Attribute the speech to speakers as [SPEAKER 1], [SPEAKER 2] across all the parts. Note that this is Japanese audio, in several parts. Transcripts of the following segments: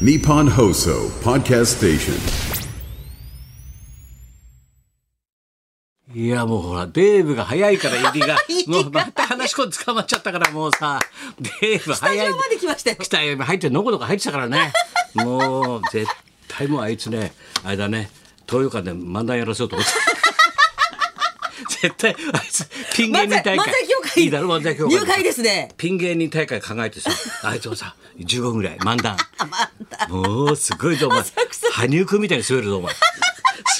[SPEAKER 1] Nippon Hoso Podcast Station.
[SPEAKER 2] いやもうほらデーブが早いから入りが
[SPEAKER 3] 入りが
[SPEAKER 2] もうまた話こ捕まっちゃったからもうさデーブ
[SPEAKER 3] スタジ
[SPEAKER 2] 早い
[SPEAKER 3] オまで来ましたよ
[SPEAKER 2] 来たよ今入ってるのことか入ってたから ねもう絶対もうあいつねあれだね東洋館で漫談やらせようと思ってた 絶対あいつピン芸人
[SPEAKER 3] 漫才
[SPEAKER 2] 大
[SPEAKER 3] 漫
[SPEAKER 2] 会
[SPEAKER 3] 才協会
[SPEAKER 2] いいだろ漫才協会
[SPEAKER 3] 入会ですね
[SPEAKER 2] ピン芸人大会考えてさあいつもさ15分ぐらい漫 談もうすごいぞお前
[SPEAKER 3] 浅草
[SPEAKER 2] 羽生君みたいに滑るぞお前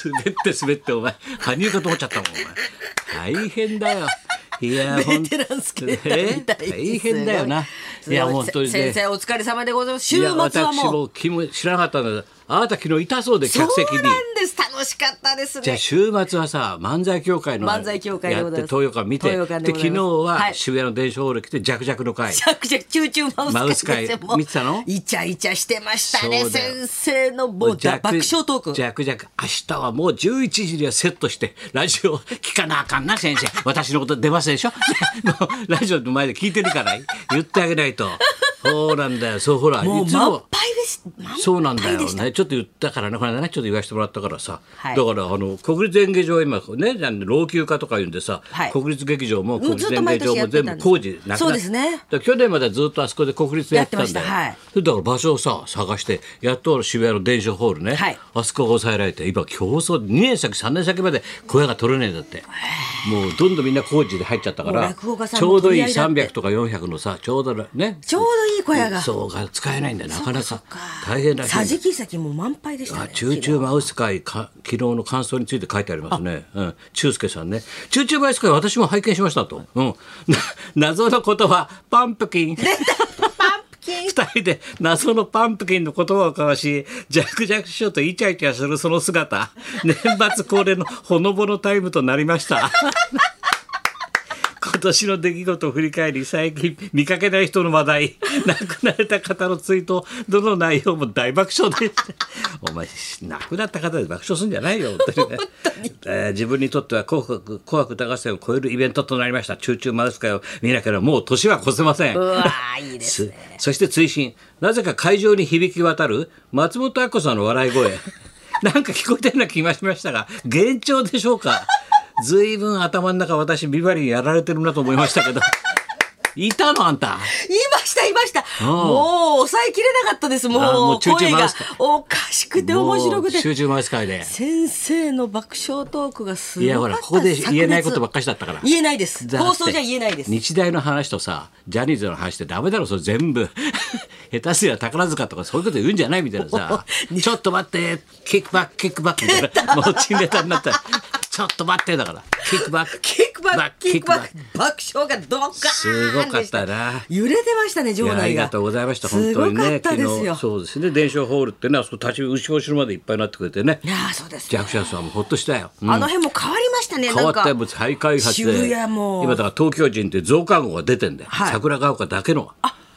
[SPEAKER 2] 滑って滑ってお前羽生かと思っちゃったもんお前大変だ よいや
[SPEAKER 3] ベテランスケーターみたい
[SPEAKER 2] ね大変だよないいや本当にね
[SPEAKER 3] 先生お疲れ様でございます週
[SPEAKER 2] い
[SPEAKER 3] 末
[SPEAKER 2] や
[SPEAKER 3] は
[SPEAKER 2] 私
[SPEAKER 3] もう
[SPEAKER 2] も昨日知らなかったんだけどあなた昨日いたそうで
[SPEAKER 3] そう
[SPEAKER 2] 客席に
[SPEAKER 3] なんです楽しかったです
[SPEAKER 2] じゃあ
[SPEAKER 3] ね
[SPEAKER 2] 週末はさ漫才協会の
[SPEAKER 3] 漫才協会で
[SPEAKER 2] やっ
[SPEAKER 3] ござ
[SPEAKER 2] て
[SPEAKER 3] います
[SPEAKER 2] 東洋館見て
[SPEAKER 3] 東洋館でござい
[SPEAKER 2] 昨
[SPEAKER 3] ます
[SPEAKER 2] 日
[SPEAKER 3] は
[SPEAKER 2] はい渋谷の電車ホール来て弱々の会
[SPEAKER 3] ちゃくちゃチューチューマウス会ですよ
[SPEAKER 2] マウス会
[SPEAKER 3] もう
[SPEAKER 2] 見てたの
[SPEAKER 3] イチャイチャしてましたね
[SPEAKER 2] そうだよ
[SPEAKER 3] 先生のもうだ
[SPEAKER 2] 弱
[SPEAKER 3] 爆笑トー
[SPEAKER 2] 弱
[SPEAKER 3] ク
[SPEAKER 2] 々明日はもう11時にはセットしてラジオ聞かなあかんな先 生私のこと出ますでしょ もうラジオの前で聞いてるから言ってあげないとそうなんだよそうほら
[SPEAKER 3] もう
[SPEAKER 2] いつ
[SPEAKER 3] 満
[SPEAKER 2] も
[SPEAKER 3] 杯です満杯でした
[SPEAKER 2] そうなんだよね。ちょっと言ったからね、これね、ちょっと言わせてもらったからさ。
[SPEAKER 3] はい
[SPEAKER 2] だから、あの、国立演芸場は今、ね、なんで老朽化とか言うんでさ、
[SPEAKER 3] はい
[SPEAKER 2] 国立劇場も
[SPEAKER 3] ずっと
[SPEAKER 2] 国立演芸場も全部工事なくなっ
[SPEAKER 3] そうですね
[SPEAKER 2] だから去年まではずっとあそこで国立でやってたん
[SPEAKER 3] や
[SPEAKER 2] だ
[SPEAKER 3] っ
[SPEAKER 2] よ。
[SPEAKER 3] てましたはい
[SPEAKER 2] それだから場所をさ、探して、やっと渋谷の電車ホールね、
[SPEAKER 3] はい
[SPEAKER 2] あそこが抑えられて、今競争、2年先、3年先まで小屋が取れねえんだって。もうどんどんみんな工事で入っちゃったか
[SPEAKER 3] もう
[SPEAKER 2] ら、
[SPEAKER 3] 落語家さん
[SPEAKER 2] ち
[SPEAKER 3] も
[SPEAKER 2] ょうどいい
[SPEAKER 3] 取り合いだっ
[SPEAKER 2] 300
[SPEAKER 3] て
[SPEAKER 2] とか400のさ、ちょうどね、
[SPEAKER 3] ちょうどいい小屋が
[SPEAKER 2] そうが使えないんだよ、なかな
[SPEAKER 3] そっ
[SPEAKER 2] か
[SPEAKER 3] か。
[SPEAKER 2] 大変らしいんだ
[SPEAKER 3] 桟敷席も満杯でした
[SPEAKER 2] あ
[SPEAKER 3] ね
[SPEAKER 2] チューチューマウス会か昨日の感想について書いてありますね。うん、中介さんね。チューチューマウス会私も拝見しましたと。うん。な謎の言葉パンプキン。
[SPEAKER 3] パンプキン
[SPEAKER 2] 二人で謎のパンプキンの言葉を交わし、ジャクジャク師匠とイチャイチャするその姿。年末恒例のほのぼのタイムとなりました。今年の出来事を振り返り最近見かけない人の話題 亡くなられた方のツイートどの内容も大爆笑でした お前亡くなった方で爆笑するんじゃないよ本当に,、ねえー自分にとっては紅白紅白歌合戦を超えるイベントとなりました「チューチューマウス会」を見なければもう年は越せません
[SPEAKER 3] うわーいいです
[SPEAKER 2] す
[SPEAKER 3] ね
[SPEAKER 2] そして追伸なぜか会場に響き渡る松本明子さんの笑い 声なんか聞こえたような気がしましたが幻聴でしょうかずいぶん頭の中私ビバリーにやられてるなと思いましたけ どいたのあんた
[SPEAKER 3] いましたいました
[SPEAKER 2] ん
[SPEAKER 3] もう抑えきれなかったですも
[SPEAKER 2] あーも
[SPEAKER 3] う
[SPEAKER 2] うチューチュー
[SPEAKER 3] 声
[SPEAKER 2] マ
[SPEAKER 3] が
[SPEAKER 2] ウスか
[SPEAKER 3] おかしくて面白く
[SPEAKER 2] もう集
[SPEAKER 3] て
[SPEAKER 2] 中マウス会で
[SPEAKER 3] 先生の爆笑トークがす
[SPEAKER 2] い
[SPEAKER 3] ご
[SPEAKER 2] やほ
[SPEAKER 3] からった
[SPEAKER 2] ここで言えないことばっ
[SPEAKER 3] か
[SPEAKER 2] かしだったから
[SPEAKER 3] 言えないです
[SPEAKER 2] だって
[SPEAKER 3] 放送じゃ言えないです
[SPEAKER 2] 日大の話とさジャニーズの話ってダメだろそれ全部 下手すりゃ宝塚とかそういうこと言うんじゃないみたいな さちょっと待ってキックバックキックバックみたいなもうチンネタになったらちょっと待ってだからキック バック
[SPEAKER 3] キックバックキックバック
[SPEAKER 2] キ
[SPEAKER 3] 爆笑がドカーンでした
[SPEAKER 2] すごかったな
[SPEAKER 3] 揺れてましたね場
[SPEAKER 2] い
[SPEAKER 3] 内
[SPEAKER 2] や
[SPEAKER 3] が
[SPEAKER 2] ありがとうございました本当に
[SPEAKER 3] すごか
[SPEAKER 2] ね
[SPEAKER 3] ったですよ
[SPEAKER 2] そうですね伝承ホールってねあそこ立ち後ろ後ろまでいっぱいになってくれてね
[SPEAKER 3] いやーそうですね
[SPEAKER 2] 弱者さんもほっとしたよ、うん
[SPEAKER 3] あの辺も変わりましたね
[SPEAKER 2] 変
[SPEAKER 3] な
[SPEAKER 2] わ
[SPEAKER 3] ん
[SPEAKER 2] った
[SPEAKER 3] か
[SPEAKER 2] よもう再開発で
[SPEAKER 3] 渋谷も
[SPEAKER 2] 今だから東京人って増刊号が出てんだよ、
[SPEAKER 3] はい
[SPEAKER 2] 桜ヶ丘だけの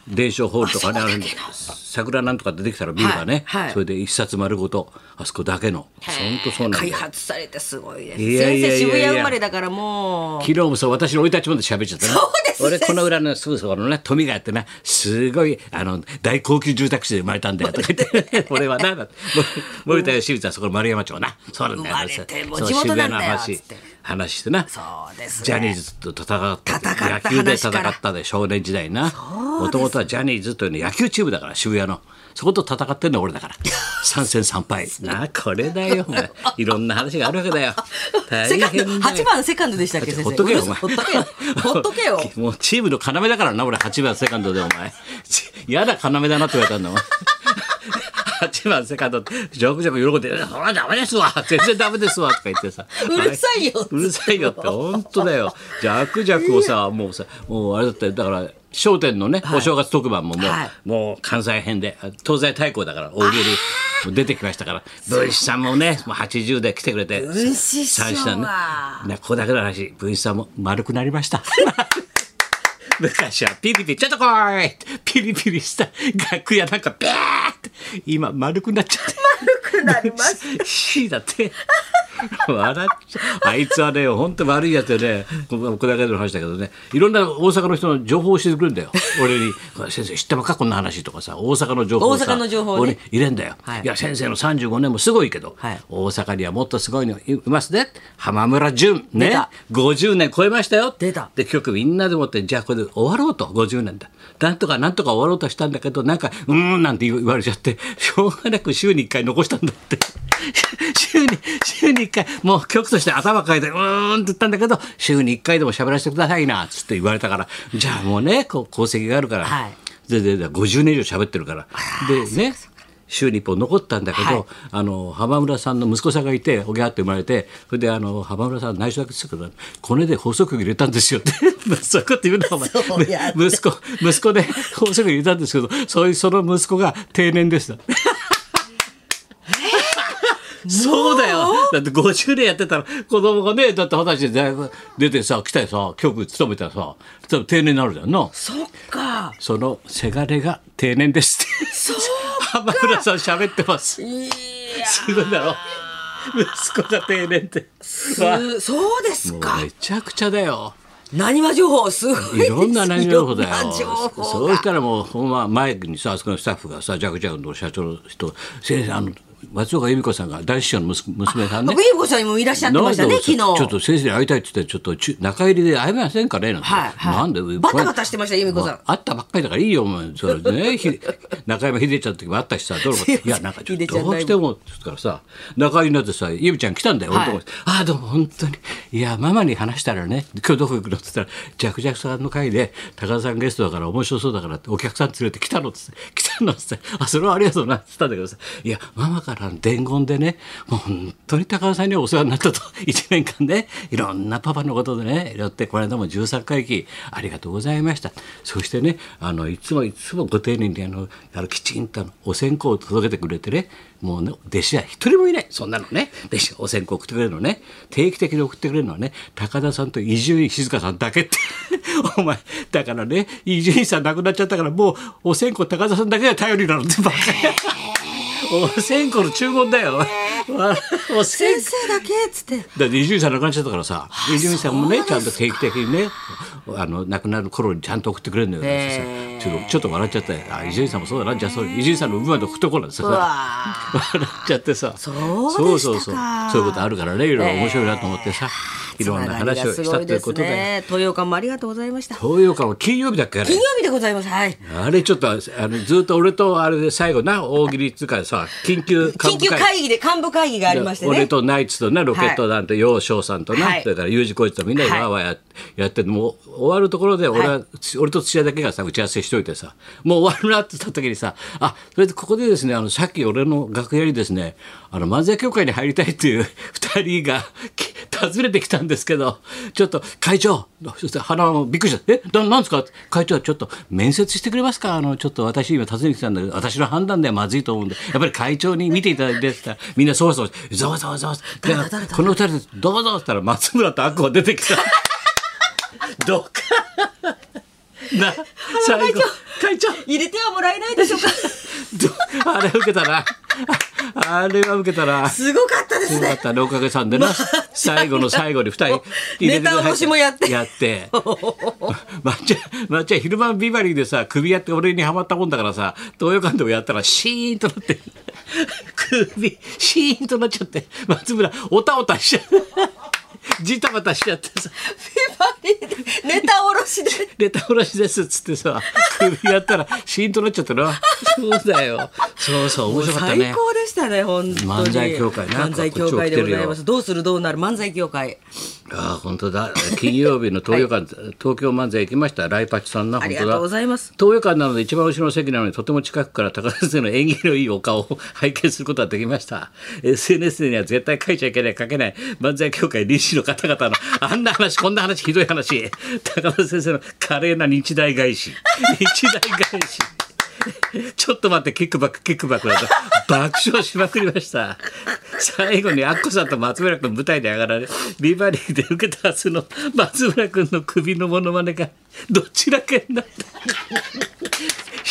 [SPEAKER 2] 伝承ホールとかねあ
[SPEAKER 3] あそ
[SPEAKER 2] る
[SPEAKER 3] こ
[SPEAKER 2] ん
[SPEAKER 3] だけ
[SPEAKER 2] で
[SPEAKER 3] の
[SPEAKER 2] 桜なんとか出てきたらビルがね、
[SPEAKER 3] はいはい
[SPEAKER 2] それで一冊丸ごとあそこだけの本当そうなんだ
[SPEAKER 3] 開
[SPEAKER 2] よ
[SPEAKER 3] 発されてすごいです
[SPEAKER 2] いやいやいやいや
[SPEAKER 3] 先生渋谷生まれだからもう
[SPEAKER 2] 昨日もそう私の生い立ちまで喋っちゃったね
[SPEAKER 3] そうです
[SPEAKER 2] 俺この裏のすぐそこのね富があってなすごいあの大高級住宅地で生まれたんだよとか言って 俺はなだって森田芳光はそこの丸山町なそうなんだよ
[SPEAKER 3] 生まれても
[SPEAKER 2] そう
[SPEAKER 3] 地元なんだよ
[SPEAKER 2] 渋谷の
[SPEAKER 3] つって
[SPEAKER 2] 話話してな
[SPEAKER 3] そうですね
[SPEAKER 2] ジャニーズと戦った
[SPEAKER 3] 戦った話
[SPEAKER 2] 野球で戦ったで少年時代なもともとはジャニーズというのは野球チームだから渋谷のそこと戦ってんのは俺 だから三戦三敗なあこれだよお前いろんな話があるわけだ よ大
[SPEAKER 3] セ
[SPEAKER 2] 変だ
[SPEAKER 3] カ
[SPEAKER 2] よ
[SPEAKER 3] ンド八番セカンドでしたっけ先生
[SPEAKER 2] ほっとけよ、お前。
[SPEAKER 3] ほっと けよほっとけよ
[SPEAKER 2] もうチームの要だからな、俺、8番セカンドで、お前。ち嫌だ、要だなって言われたん だもん。8番セカンドって、ジョクジョク喜んで、ほら、ダメですわ全然ダメですわとか言ってさ。
[SPEAKER 3] うるさいよ
[SPEAKER 2] あれうるさいよって、本当だよ。ジャクジャクをさ、もうさ、もうあれだって、だから、商店のね、お正月特番ももう、
[SPEAKER 3] はい
[SPEAKER 2] もう関西編で、東西対抗だから、大喜利。もう出てきましたから、文枝さんもね、もう80で来てくれて、
[SPEAKER 3] 文枝師匠は
[SPEAKER 2] 三枝さんね、ねここだけの話、文枝さんも丸くなりました。 昔はピリピリ、ちょっと来いピリピリした楽屋なんかビャーって、今丸くなっちゃって。丸くなります。C だって。笑っちゃうあいつはね本当悪いやつでねこここだけの話だけどねいろんな大阪の人の情報を教えてくれるんだよ俺に「先生知ってますかこんな話」とかさ大阪の情報をさ
[SPEAKER 3] 大阪の情報ね
[SPEAKER 2] 俺に入れんだよ、、
[SPEAKER 3] はいい
[SPEAKER 2] や先生の35年もすごいけど、
[SPEAKER 3] はい
[SPEAKER 2] 大阪にはもっとすごいのいますね浜村淳
[SPEAKER 3] 出
[SPEAKER 2] ね
[SPEAKER 3] た
[SPEAKER 2] 50年超えましたよ
[SPEAKER 3] 出た
[SPEAKER 2] で結局みんなでもってじゃあこれで終わろうと50年だなんとかなんとか終わろうとしたんだけどなんかうーんなんて言う言われちゃってしょうがなく週に1回残したんだって 週に週に1回もう局として頭抱えてうーんって言ったんだけど週に1回でも喋らせてくださいなっつって言われたからじゃあもうねこう功績があるから、
[SPEAKER 3] はい
[SPEAKER 2] ででで50年以上喋ってるからでね週に一本残ったんだけど、
[SPEAKER 3] はい
[SPEAKER 2] あの浜村さんの息子さんがいておぎゃーって生まれてそれであの浜村さん内緒だけですけどこれで細く入れたんですよって そういうこと言うなお前
[SPEAKER 3] そうやって
[SPEAKER 2] む息子息子で 細く入れたんですけどそういうその息子が定年でした そうだよだって50年やってたら子供がねだって二十歳で大学出てさ来てさ局勤めたらさ多分定年になるじゃんな
[SPEAKER 3] そっか。
[SPEAKER 2] そのせがれが定年ですって
[SPEAKER 3] そう。
[SPEAKER 2] 浜村さん喋ってます
[SPEAKER 3] いや。
[SPEAKER 2] すごいだろ息子が定年ってわ
[SPEAKER 3] すそうですか。
[SPEAKER 2] めちゃくちゃだよ
[SPEAKER 3] 何話情報すごいです。
[SPEAKER 2] いろんな何情報だ
[SPEAKER 3] いろん
[SPEAKER 2] よ
[SPEAKER 3] な情報が
[SPEAKER 2] そうしたらもうほんまマイクにさあそこのスタッフがさジャクジャクの社長の人先生あの松岡由美子さんが大師匠の娘娘さんね
[SPEAKER 3] ウィーゴさんにもいらっしゃってましたね、
[SPEAKER 2] なんで
[SPEAKER 3] 昨日。
[SPEAKER 2] ちょちょっと先生に会いたいって言ってちょっとち中入りで会えませんかねなんて、
[SPEAKER 3] はいはい
[SPEAKER 2] なんで
[SPEAKER 3] バタバタしてました由美子さん
[SPEAKER 2] あ会ったばっかりだからいいよお前それでねひ 中山秀ちゃんの時もあったしさどうも
[SPEAKER 3] すいません
[SPEAKER 2] いやなんかちょっ
[SPEAKER 3] 秀
[SPEAKER 2] と
[SPEAKER 3] ちゃん
[SPEAKER 2] どうしてもっつうからさ中入りになってさ由美ちゃん来たんだよ、
[SPEAKER 3] はい
[SPEAKER 2] 俺のとこにああどうも本当にいやママに話したらね今日どこ行くのって言ったらジャクジャクさんの会で高田さんゲストだから面白そうだからってお客さん連れて来たのっつって来たのっつってあそれはありがとうなっつったんだけどさいやママからの伝言でねもう本当に高田さんにはお世話になったと1年間ねいろんなパパのことでねやってこの間も13回忌ありがとうございましたそしてねあのいつもいつもご丁寧にあのあのきちんとあのお線香を届けてくれてねもうね弟子は一人もいないそんなのね弟子がお線香送ってくれるのね定期的に送ってくれるのはね高田さんと伊集院静香さんだけって お前だからね伊集院さん亡くなっちゃったからもうお線香高田さんだけが頼りなのってばっかりお線香の注文だよお線香
[SPEAKER 3] 先生だけっつって。
[SPEAKER 2] だって伊集院さん亡くなっちゃったからさ伊集院さんもね
[SPEAKER 3] そう
[SPEAKER 2] ちゃんと定期的にねあの亡くなる頃にちゃんと送ってくれるんだよ、
[SPEAKER 3] へー
[SPEAKER 2] ちょっとちょっと笑っちゃったよあ伊集院さんもそうだなじゃあそれ伊集院さんの分まで送っとこうなんてさ
[SPEAKER 3] うわー
[SPEAKER 2] 笑っちゃってさそう
[SPEAKER 3] でしたか
[SPEAKER 2] そうそうそうそういうことあるからねいろいろ面白いなと思ってさ、いろんな話をしたということで
[SPEAKER 3] つながりがすごいすね東洋館もありがとうございました。
[SPEAKER 2] 東洋館は金曜日だっけあれ
[SPEAKER 3] 金曜日でございます。はい。
[SPEAKER 2] あれちょっとあのずっと俺とあれで最後な大喜利っつうかさ緊急
[SPEAKER 3] 緊急会議で幹部会議がありまして
[SPEAKER 2] 俺
[SPEAKER 3] ね。
[SPEAKER 2] とナイツとなロケット団と楊翔さんとな、
[SPEAKER 3] はい
[SPEAKER 2] それから U 字工事とみんなでわーわーや,、やってもう終わるところで俺は、俺と土屋だけがさ打ち合わせしといてさもう終わるなって言った時にさあそれでここでですねあのさっき俺の楽屋にですねあの漫才協会に入りたいっていう二人がき訪ねてきたんですけどちょっと会長そして花もびっくりした「えななんですか?」会長ちょっと面接してくれますかあのちょっと私今訪ねてきたんだけど私の判断ではまずいと思うんでやっぱり会長に見ていただいてってみんなそわそわしてざわざわざわで
[SPEAKER 3] 誰だ誰だ
[SPEAKER 2] この二人でどうぞって言ったら松村と悪が出て きたどうかな最後会長
[SPEAKER 3] 入れてはもらえないでしょ うか。
[SPEAKER 2] どあれ受けたなああれは受けたな
[SPEAKER 3] すごかったです
[SPEAKER 2] よか
[SPEAKER 3] ね
[SPEAKER 2] っ。たねおかげさんでな、最後の最後に2人入れてください
[SPEAKER 3] ネタ落としもやって
[SPEAKER 2] やって まっちゃんまっちゃん昼間ビバリーでさ首やって俺にハマったもんだからさ東洋館でもやったらシーンとなって 首シーンとなっちゃって松村おたおたしちゃう ジタバタしちゃってさ
[SPEAKER 3] ネタおろしで。
[SPEAKER 2] レタおろしですっつってさ首やったらシーンとなっちゃったなそうだよそうそう面白かったね
[SPEAKER 3] 最高でしたね、本当に。
[SPEAKER 2] 漫才協会な
[SPEAKER 3] 漫才協
[SPEAKER 2] こっちも
[SPEAKER 3] 会でござい
[SPEAKER 2] 来
[SPEAKER 3] ま
[SPEAKER 2] てるよ
[SPEAKER 3] す。どうするどうなる漫才協会。
[SPEAKER 2] ああ本当だ金曜日の東洋 館、東京漫才行きましたライパチさんな
[SPEAKER 3] あ
[SPEAKER 2] 本
[SPEAKER 3] り
[SPEAKER 2] 当
[SPEAKER 3] が
[SPEAKER 2] だ
[SPEAKER 3] とうございます。
[SPEAKER 2] 東洋館なので一番後ろの席なのにとても近くから高田先生の演技のいいお顔を 拝見することができました SNS には絶対書いちゃいけない書けない漫才協会理事の方々のあんな話こんな話ひどい話高田先生の華麗な日大返 し日大返しちょっと待ってキックバックキックバックだと爆笑しまくりました最後にアッコさんと松村君舞台で上がられビバリーで受けたはずの松村君の首のモノマネがどちらけになった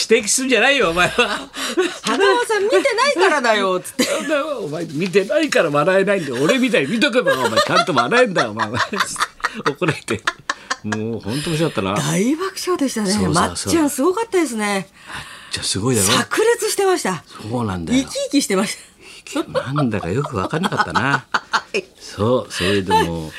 [SPEAKER 2] 指摘するんじゃないよお前は
[SPEAKER 3] 花輪さん見てないからだよつっ て
[SPEAKER 2] そんなお前見てないから笑えないんだよ俺みたいに見とけばお前ちゃんと笑えんだよお前怒られてもう本当面白かったな
[SPEAKER 3] 大爆笑でしたね
[SPEAKER 2] そうそうそう
[SPEAKER 3] まっちゃんすごかったですね
[SPEAKER 2] じゃあすごいだろ
[SPEAKER 3] 炸裂してました
[SPEAKER 2] そうなんだ
[SPEAKER 3] 生
[SPEAKER 2] よ
[SPEAKER 3] き生きしてまし
[SPEAKER 2] なんだかよく分かんなかったな
[SPEAKER 3] たはい
[SPEAKER 2] そうそれでも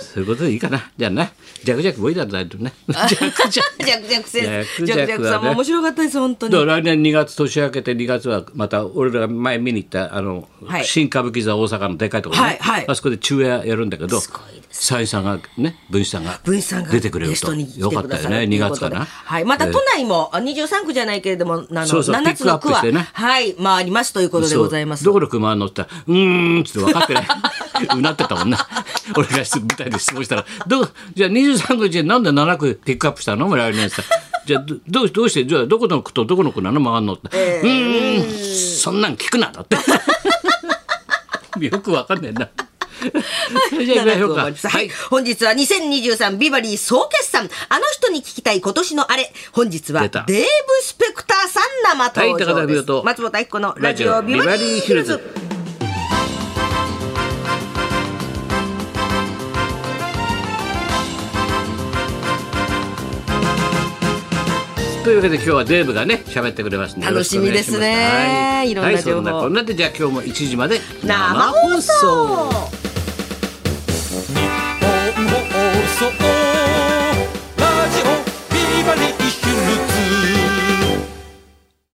[SPEAKER 2] そういうことでいいかなじゃあなジャクジャクもいいだろ大 丈夫ねジャクジャク
[SPEAKER 3] ジャクジャク先
[SPEAKER 2] ジャク
[SPEAKER 3] 生
[SPEAKER 2] ジ
[SPEAKER 3] ジ
[SPEAKER 2] ャクはね
[SPEAKER 3] ャクジャクさんも面白かったです本当
[SPEAKER 2] だか
[SPEAKER 3] に
[SPEAKER 2] ら来年2月年明けて2月はまた俺らが前見に行ったあの、
[SPEAKER 3] はい
[SPEAKER 2] 新歌舞伎座大阪のでかいところね、
[SPEAKER 3] はいはい
[SPEAKER 2] あそこで昼夜やるんだけど
[SPEAKER 3] すごいです
[SPEAKER 2] さゆさんがね文枝さんが
[SPEAKER 3] 文枝さんが
[SPEAKER 2] 出てくれ
[SPEAKER 3] ゲ
[SPEAKER 2] る
[SPEAKER 3] ス
[SPEAKER 2] と
[SPEAKER 3] トに来
[SPEAKER 2] よ
[SPEAKER 3] て
[SPEAKER 2] か
[SPEAKER 3] く
[SPEAKER 2] ったよ
[SPEAKER 3] ださ
[SPEAKER 2] ね
[SPEAKER 3] る
[SPEAKER 2] 2月かな、
[SPEAKER 3] はいまた
[SPEAKER 2] えー
[SPEAKER 3] 都内もあ23区じゃないけれどもあの
[SPEAKER 2] そうそう
[SPEAKER 3] 7つの区は
[SPEAKER 2] ピックアップしてね
[SPEAKER 3] はい回りますということでございます
[SPEAKER 2] そうどこの熊乗って言ったら「うーん」っつって分かってない うなってたもんな俺が舞台で質問したら「どうじゃあ23区でなんで7区ピックアップしたの?」村上さんじゃあどどうどうしてじゃあどこの区とどこの区なの回んのって、うーんそんなん聞くなだって よく分かんねえなそれじゃあ行きましょうか
[SPEAKER 3] は
[SPEAKER 2] はいい、
[SPEAKER 3] 本日は2023ビバリー総決算あの人に聞きたい今年のあれ本日はデ
[SPEAKER 2] 出
[SPEAKER 3] ー
[SPEAKER 2] た
[SPEAKER 3] ブ・スペクターさん生登
[SPEAKER 2] はい高
[SPEAKER 3] 場
[SPEAKER 2] 田
[SPEAKER 3] で
[SPEAKER 2] 文夫
[SPEAKER 3] す、
[SPEAKER 2] と
[SPEAKER 3] 松本明子のラジオビバリーヒルズ
[SPEAKER 2] というわけで今日はデーブがね喋ってくれますんで
[SPEAKER 3] 楽しみです
[SPEAKER 2] よろしくお願いしますは
[SPEAKER 3] ね
[SPEAKER 2] い
[SPEAKER 3] いろんな
[SPEAKER 2] はいそんな
[SPEAKER 3] 情報
[SPEAKER 2] こんなでじゃあ今日も1時まで
[SPEAKER 3] 生放送